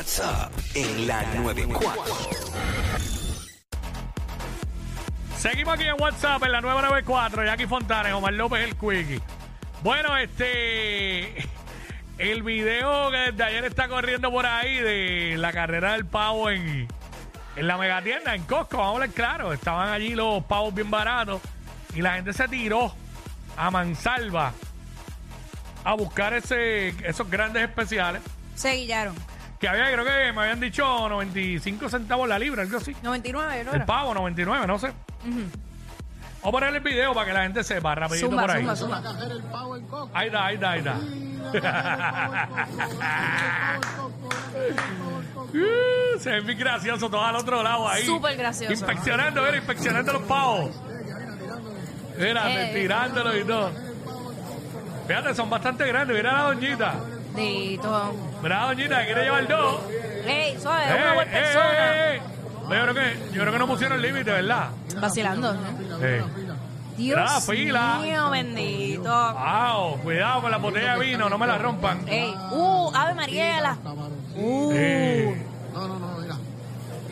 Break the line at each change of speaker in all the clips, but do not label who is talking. WhatsApp en la 94.
Seguimos aquí en WhatsApp en la 994, Jackie Fontanes, Omar López, el Quickie. Bueno, este. El video que desde ayer está corriendo por ahí de la carrera del pavo en, en la megatienda, en Costco, vamos a hablar claro. Estaban allí los pavos bien baratos y la gente se tiró a mansalva a buscar ese, esos grandes especiales
Se guillaron.
que había, creo que me habían dicho 95 centavos la libra, algo así.
99, ¿no
El
era?
pavo, 99, no sé. Vamos a poner el video para que la gente sepa rapidito
Zumba,
por ahí.
zumba, zumba.
Ahí da, ahí da, ahí da. Uh, Se ve bien gracioso todo al otro lado ahí.
Súper gracioso.
Inspeccionando, mira, inspeccionando los pavos. Mira,
Eh, eh.
tirándolos y todo. Fíjate, son bastante grandes. Mira la doñita.
Dito.
Mira la doñita que quiere llevar dos.
Ey, suave,
Eh,
una buena
eh,
persona.
eh, eh. Yo creo que, yo creo que no pusieron límite, ¿verdad? Eh.
Vacilando, ¿no?
Sí.
Dios
Mira la fila.
mío, bendito.
Wow, cuidado con la botella de vino, no me la rompan.
Ey, uh, Ave Mariela. Uh,
Sí,
No, no, no, mira.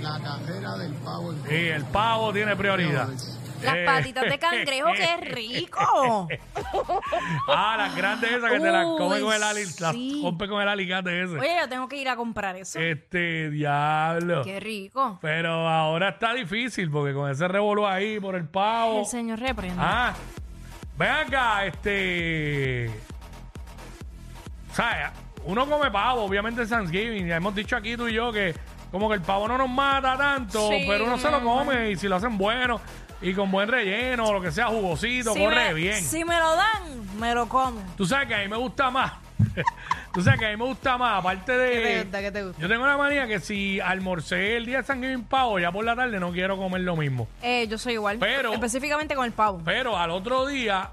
La carrera del pavo en
sí, el pavo tiene prioridad.
las
Eh.
patitas de cangrejo, qué rico.
Ah, las grandes esas que te las come
Uy,
con el alicate, las
sí.
rompe con el alicate ese.
Oye, yo tengo que ir a comprar eso.
Este diablo.
Qué rico.
Pero ahora está difícil porque con ese revolú ahí por el pavo.
El señor reprende.
Ah, ven acá, este. O sea, uno come pavo, obviamente en Thanksgiving. Ya hemos dicho aquí tú y yo que como que el pavo no nos mata tanto,
Sí,
pero uno se lo
ajá.
come y si lo hacen bueno y con buen relleno, lo que sea, jugosito,
Si
corre
me-
bien.
Si me lo dan, me lo como.
Tú sabes que a mí me gusta más. tú sabes que a mí me gusta más, aparte de.
¿Qué te gusta?
Yo tengo la manía que si almorcé el día de Thanksgiving pavo, ya por la tarde no quiero comer lo mismo.
Eh, yo soy igual.
Pero-
Específicamente con el pavo.
Pero al otro día,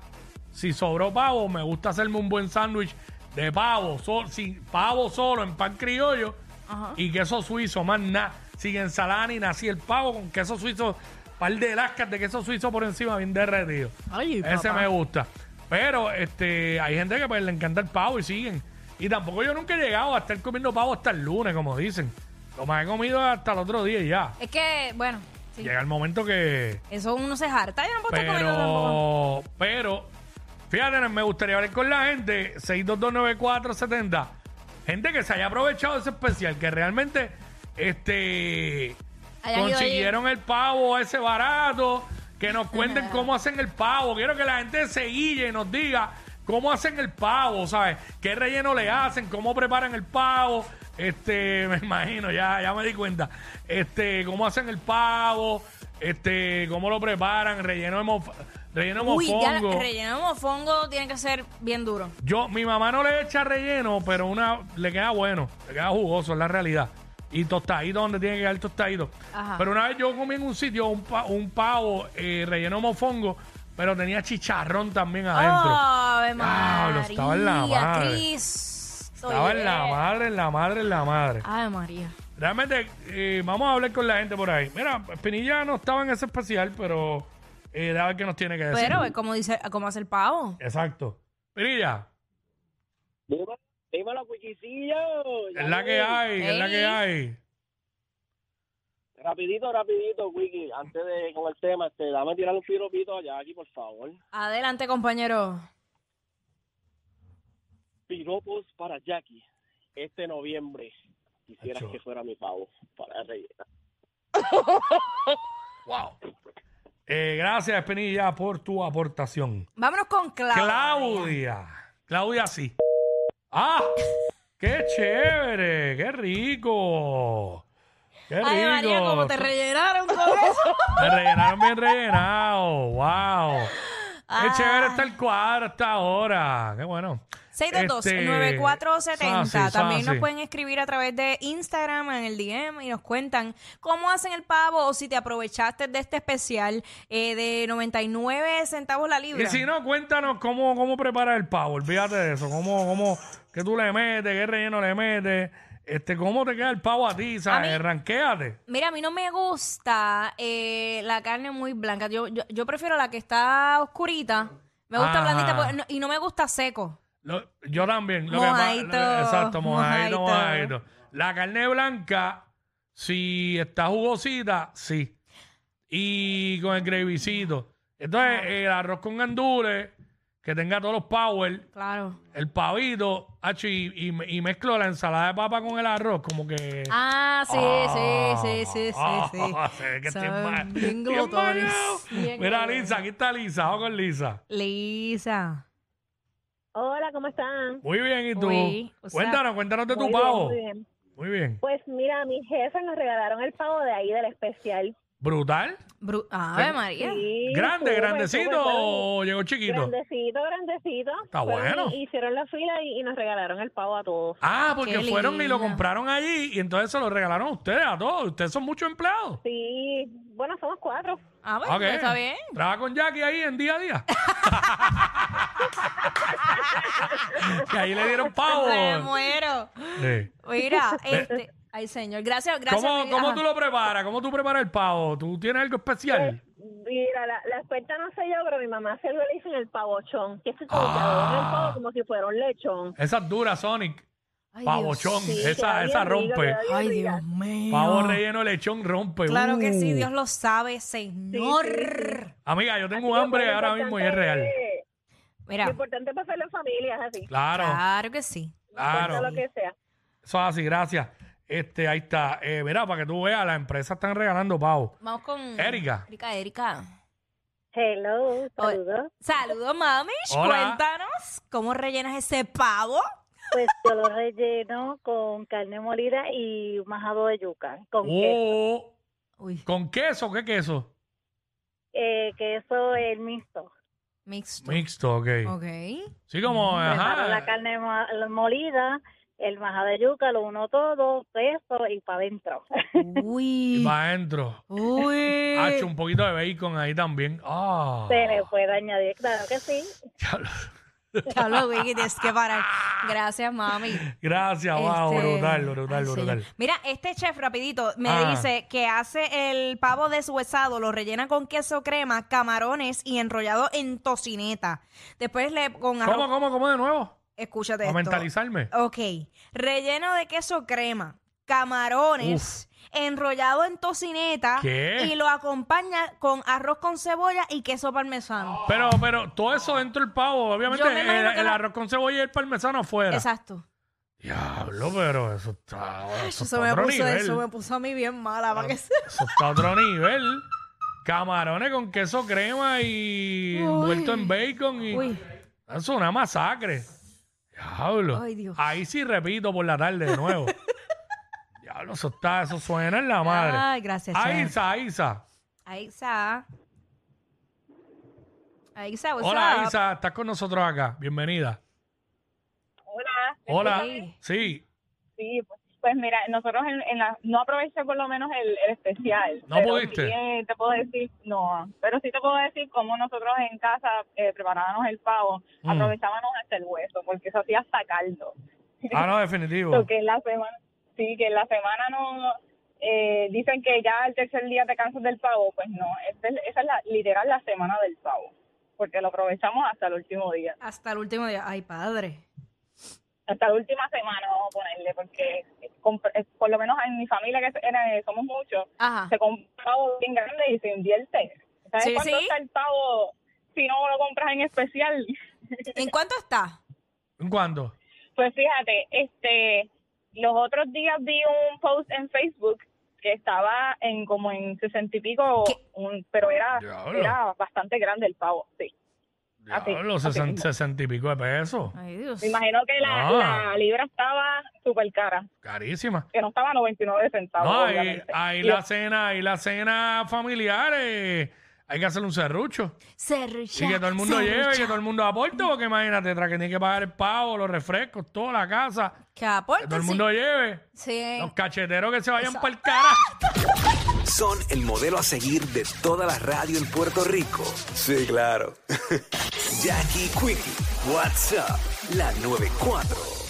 si sobró pavo, me gusta hacerme un buen sándwich de pavo, so- sin pavo solo en pan criollo
Ajá.
y queso suizo, más nada, sin ensalada ni nada, así el pavo con queso suizo, par de lascas de queso suizo por encima, bien derretido.
Ay,
Ese
papá.
me gusta. Pero este, hay gente que pues, le encanta el pavo y siguen. Y tampoco yo nunca he llegado a estar comiendo pavo hasta el lunes, como dicen. Lo más he comido hasta el otro día y ya.
Es que, bueno, sí.
Llega el momento que...
Eso uno se harta. Yo no puedo estar comiendo tampoco.
Pero, pero, fíjate, me gustaría hablar con la gente, 6229470. Gente que se haya aprovechado de ese especial, que realmente este
Haya ido
consiguieron el pavo ese barato, que nos cuenten cómo hacen el pavo. Quiero que la gente se guille y nos diga cómo hacen el pavo, ¿sabes? ¿Qué relleno le hacen? ¿Cómo preparan el pavo? Este, me imagino, ya, ya me di cuenta. Este, cómo hacen el pavo, este, cómo lo preparan, relleno de mof- relleno de
Uy, ya
mofongo.
el relleno de mofongo tiene que ser bien duro.
Yo, mi mamá no le echa relleno, pero una le queda bueno, le queda jugoso, es la realidad. Y tostadito donde tiene que quedar tostadito.
Ajá.
Pero una vez yo comí en un sitio un, pa- un pavo eh, relleno de mofongo, pero tenía chicharrón también adentro.
Ave
Diablo,
María.
estaba en la madre.
Cristo,
Estaba en la
yeah.
madre, en la madre, en la madre.
Ave María.
Realmente, eh, vamos a hablar con la gente por ahí. Mira, Espinilla no estaba en ese especial, pero eh, a ver qué nos tiene que decir.
Pero eh, es como dice, como hace el pavo.
Exacto. Espinilla,
Dímelo, dímelo, Cuiquicillo.
es la que hay, es la que
Ey.
hay.
Rapidito, rapidito, Wiki, antes de con el tema, este, dame tirar un piropito allá aquí, por favor.
Adelante, compañero.
Piropos para Jackie. Este noviembre quisieras
Acho.
que fuera mi pavo para rellenar.
Wow. Eh, gracias, Espinilla, por tu aportación.
Vámonos con Claudia.
Claudia. Claudia, sí. ¡Ah! ¡Qué chévere! ¡Qué rico! ¡Qué rico!
Ay, María, como te rellenaron con eso.
Me rellenaron bien rellenado. ¡Wow! ¡Qué
Ah.
chévere está el cuadro hasta ahora! ¡Qué bueno! Este,
622-9470.
son así, son
También nos
así.
pueden escribir a través de Instagram en el DM y nos cuentan cómo hacen el pavo o si te aprovechaste de este especial eh, de 99 centavos la libra.
Y si no, cuéntanos cómo, cómo preparas el pavo. Olvídate de eso. Cómo, cómo, qué tú le metes, qué relleno le metes. Este, cómo te queda el pavo a ti, ¿sabes?
A mí-
Ranquéate.
Mira, a mí no me gusta eh, la carne muy blanca. Yo, yo, yo prefiero la que está oscurita. Me gusta
Ajá.
blandita porque no- y no me gusta seco.
Lo- yo también. Lo que pa-
Mojadito,
lo- exacto, mojadito, mojadito.
mojadito.
La carne blanca, si está jugosita, sí. Y con el gravycito. Entonces, el arroz con gandules, que tenga todos los power,
Claro.
el pavito, hacho, y, y- y mezclo la ensalada de papa con el arroz, como que...
Ah, sí, sí, sí, sí, sí,
Ah,
sí.
se ve que
Saben
estoy mal. Bien
bien glotones,
mareado.
bien
Mira,
glotones.
Lisa, aquí está Lisa, vamos con Lisa.
Lisa.
Hola, ¿cómo están?
Muy bien, ¿y tú?
Uy, o sea-
cuéntanos, cuéntanos de tu
Muy bien,
pavo.
muy bien.
Muy bien.
Pues mira, mis jefes nos regalaron el pavo de ahí del especial.
Brutal.
Bru- Ave María.
Sí,
Grande,
súper,
grandecito
súper, fueron-
o llegó chiquito.
Grandecito, grandecito.
Está
Fueron
bueno.
y Hicieron la fila y, y nos regalaron el pavo a todos.
Ah, porque
Qué
fueron y lo
linda.
compraron allí y entonces se lo regalaron a ustedes, a todos. Ustedes son muchos empleados.
Sí, bueno, somos cuatro.
Ah, bueno,
Ok.
está bien.
Trabaja con Jackie ahí en día a día. que ahí le dieron pavo.
Me muero.
Sí.
Mira, este. Ay, señor. Gracias, gracias.
¿Cómo,
mi-
cómo
ajá.
tú lo preparas? ¿Cómo tú preparas el pavo? ¿Tú tienes algo
Eh.
especial?
Mira, la, la experta no sé yo, pero mi mamá se lo hizo en el pavochón, que es como que
Ah.
adoran el pavo como si fuera un lechón.
Esas duras, Sonic.
Ay,
Pavochón.
Dios.
esa
queda
esa
bien rico,
rompe.
queda bien
Ay,
rica.
Dios mío.
Pavo relleno de lechón rompe.
Claro que sí,
Uh.
Dios lo sabe, Señor.
Amiga, yo tengo
Así que,
hambre
pues, lo
ahora mismo y es
importante
real.
Lo
Mira,
importante es pasarlo en familias, así.
Claro,
claro que sí.
Sea
claro.
lo que sea.
Eso es así, gracias. Este, ahí está. Eh, mira, para que tú veas, las empresas están regalando pavo.
Vamos con.
Erika.
Erika, Erika.
Hello, saludos.
Saludos, mami.
Hola.
Cuéntanos, ¿cómo rellenas ese pavo?
Pues yo lo relleno con carne molida y majado de yuca. Con queso.
Oh,
Uy,
¿Con queso? ¿Qué queso?
Eh, queso el mixto.
mixto.
Mixto, ok.
Ok.
Sí, como,
Preparo la
ajá.
carne ma- la molida, el majado de yuca, lo uno todo, queso y para adentro.
Y
Uy.
para adentro.
Uy.
Hacho, un poquito de bacon ahí también. Ah.
Se le puede añadir, claro que sí.
Diablo, Vicky, tienes que parar. Gracias, mami.
Gracias, Ah, wow,
Este,
brutal, brutal,
ay,
brutal.
señor. Mira, este chef rapidito me
Ah.
dice que hace el pavo deshuesado, lo rellena con queso crema, camarones y enrollado en tocineta. Después le con arroz.
¿Cómo, cómo, cómo de nuevo?
Escúchate
Para
esto.
mentalizarme.
Ok. Relleno de queso crema, camarones, enrollado en tocineta
¿Qué?
y lo acompaña con arroz con cebolla y queso parmesano.
Pero, pero, todo eso dentro del pavo, obviamente,
Yo me
el,
imagino que
el
la-
arroz con cebolla y el parmesano afuera.
Exacto.
Diablo, pero eso está, eso
Eso
está
me,
otro
puso,
nivel. Ah,
eso me puso a mí bien mala. ¿para qué se-
Eso está otro nivel. Camarones con queso crema y envuelto en bacon y
Uy.
eso es una masacre. Diablo.
Ay, Dios.
Ahí sí repito por la tarde de nuevo. Diablo, eso está, eso suena en la madre.
Ay, gracias,
Ahí
chef.
Isa, Isa.
Ahí está. Ahí está, what's
Hola,
up?
Isa, estás con nosotros acá. Bienvenida.
Hola.
Hola.
Sí.
Sí.
Sí, pues, pues mira, nosotros en, en la, no aproveché por lo menos el, el especial.
No
Pero
pudiste.
sí, eh, te puedo decir, no, pero sí te puedo decir cómo nosotros en casa eh, preparábamos el pavo,
Mm.
aprovechábamos hasta el hueso, porque eso hacía hasta caldo.
Ah, no, definitivo.
Lo que en la semana, sí, que en la semana no eh, dicen que ya el tercer día te cansas del pavo, pues no, esa es, esa es la, literal la semana del pavo, porque lo aprovechamos hasta el último día.
Hasta el último día. Ay, padre.
hasta la última semana vamos a ponerle porque comp- eh, por lo menos en mi familia que era, eh, somos muchos
Ajá.
se compra un pavo bien grande y se invierte ¿sabes
Ah. Sí,
cuánto
sí.
está el pavo si no lo compras en especial?
¿En cuánto está?
¿En cuándo?
pues fíjate este los otros días vi un post en Facebook que estaba en como en sesenta y pico
¿Qué?
un- pero era
Diablo.
era bastante grande el pavo Ah, sí Así,
Diablo,
así
sesen-
mismo.
sesenta y pico de pesos.
Ay, Dios.
me imagino que la,
Ah.
la libra estaba súper cara
Carísima.
que no estaba a 99 centavos
No, ahí,
obviamente.
ahí
Y
la cena, ahí la cena familiar, eh, hay que hacerle un serrucho.
Serrucha,
Y que todo el mundo
serrucha.
lleve, que todo el mundo aporte, porque imagínate, tras que tiene que pagar el pavo, los refrescos, toda la casa,
Que
que
aporte,
todo el
sí.
mundo lleve.
Sí.
Eh.
Los cacheteros que se vayan para el carajo.
Son el modelo a seguir de toda la radio en Puerto Rico. Sí, claro. Jackie Quickie, WhatsApp, la 94.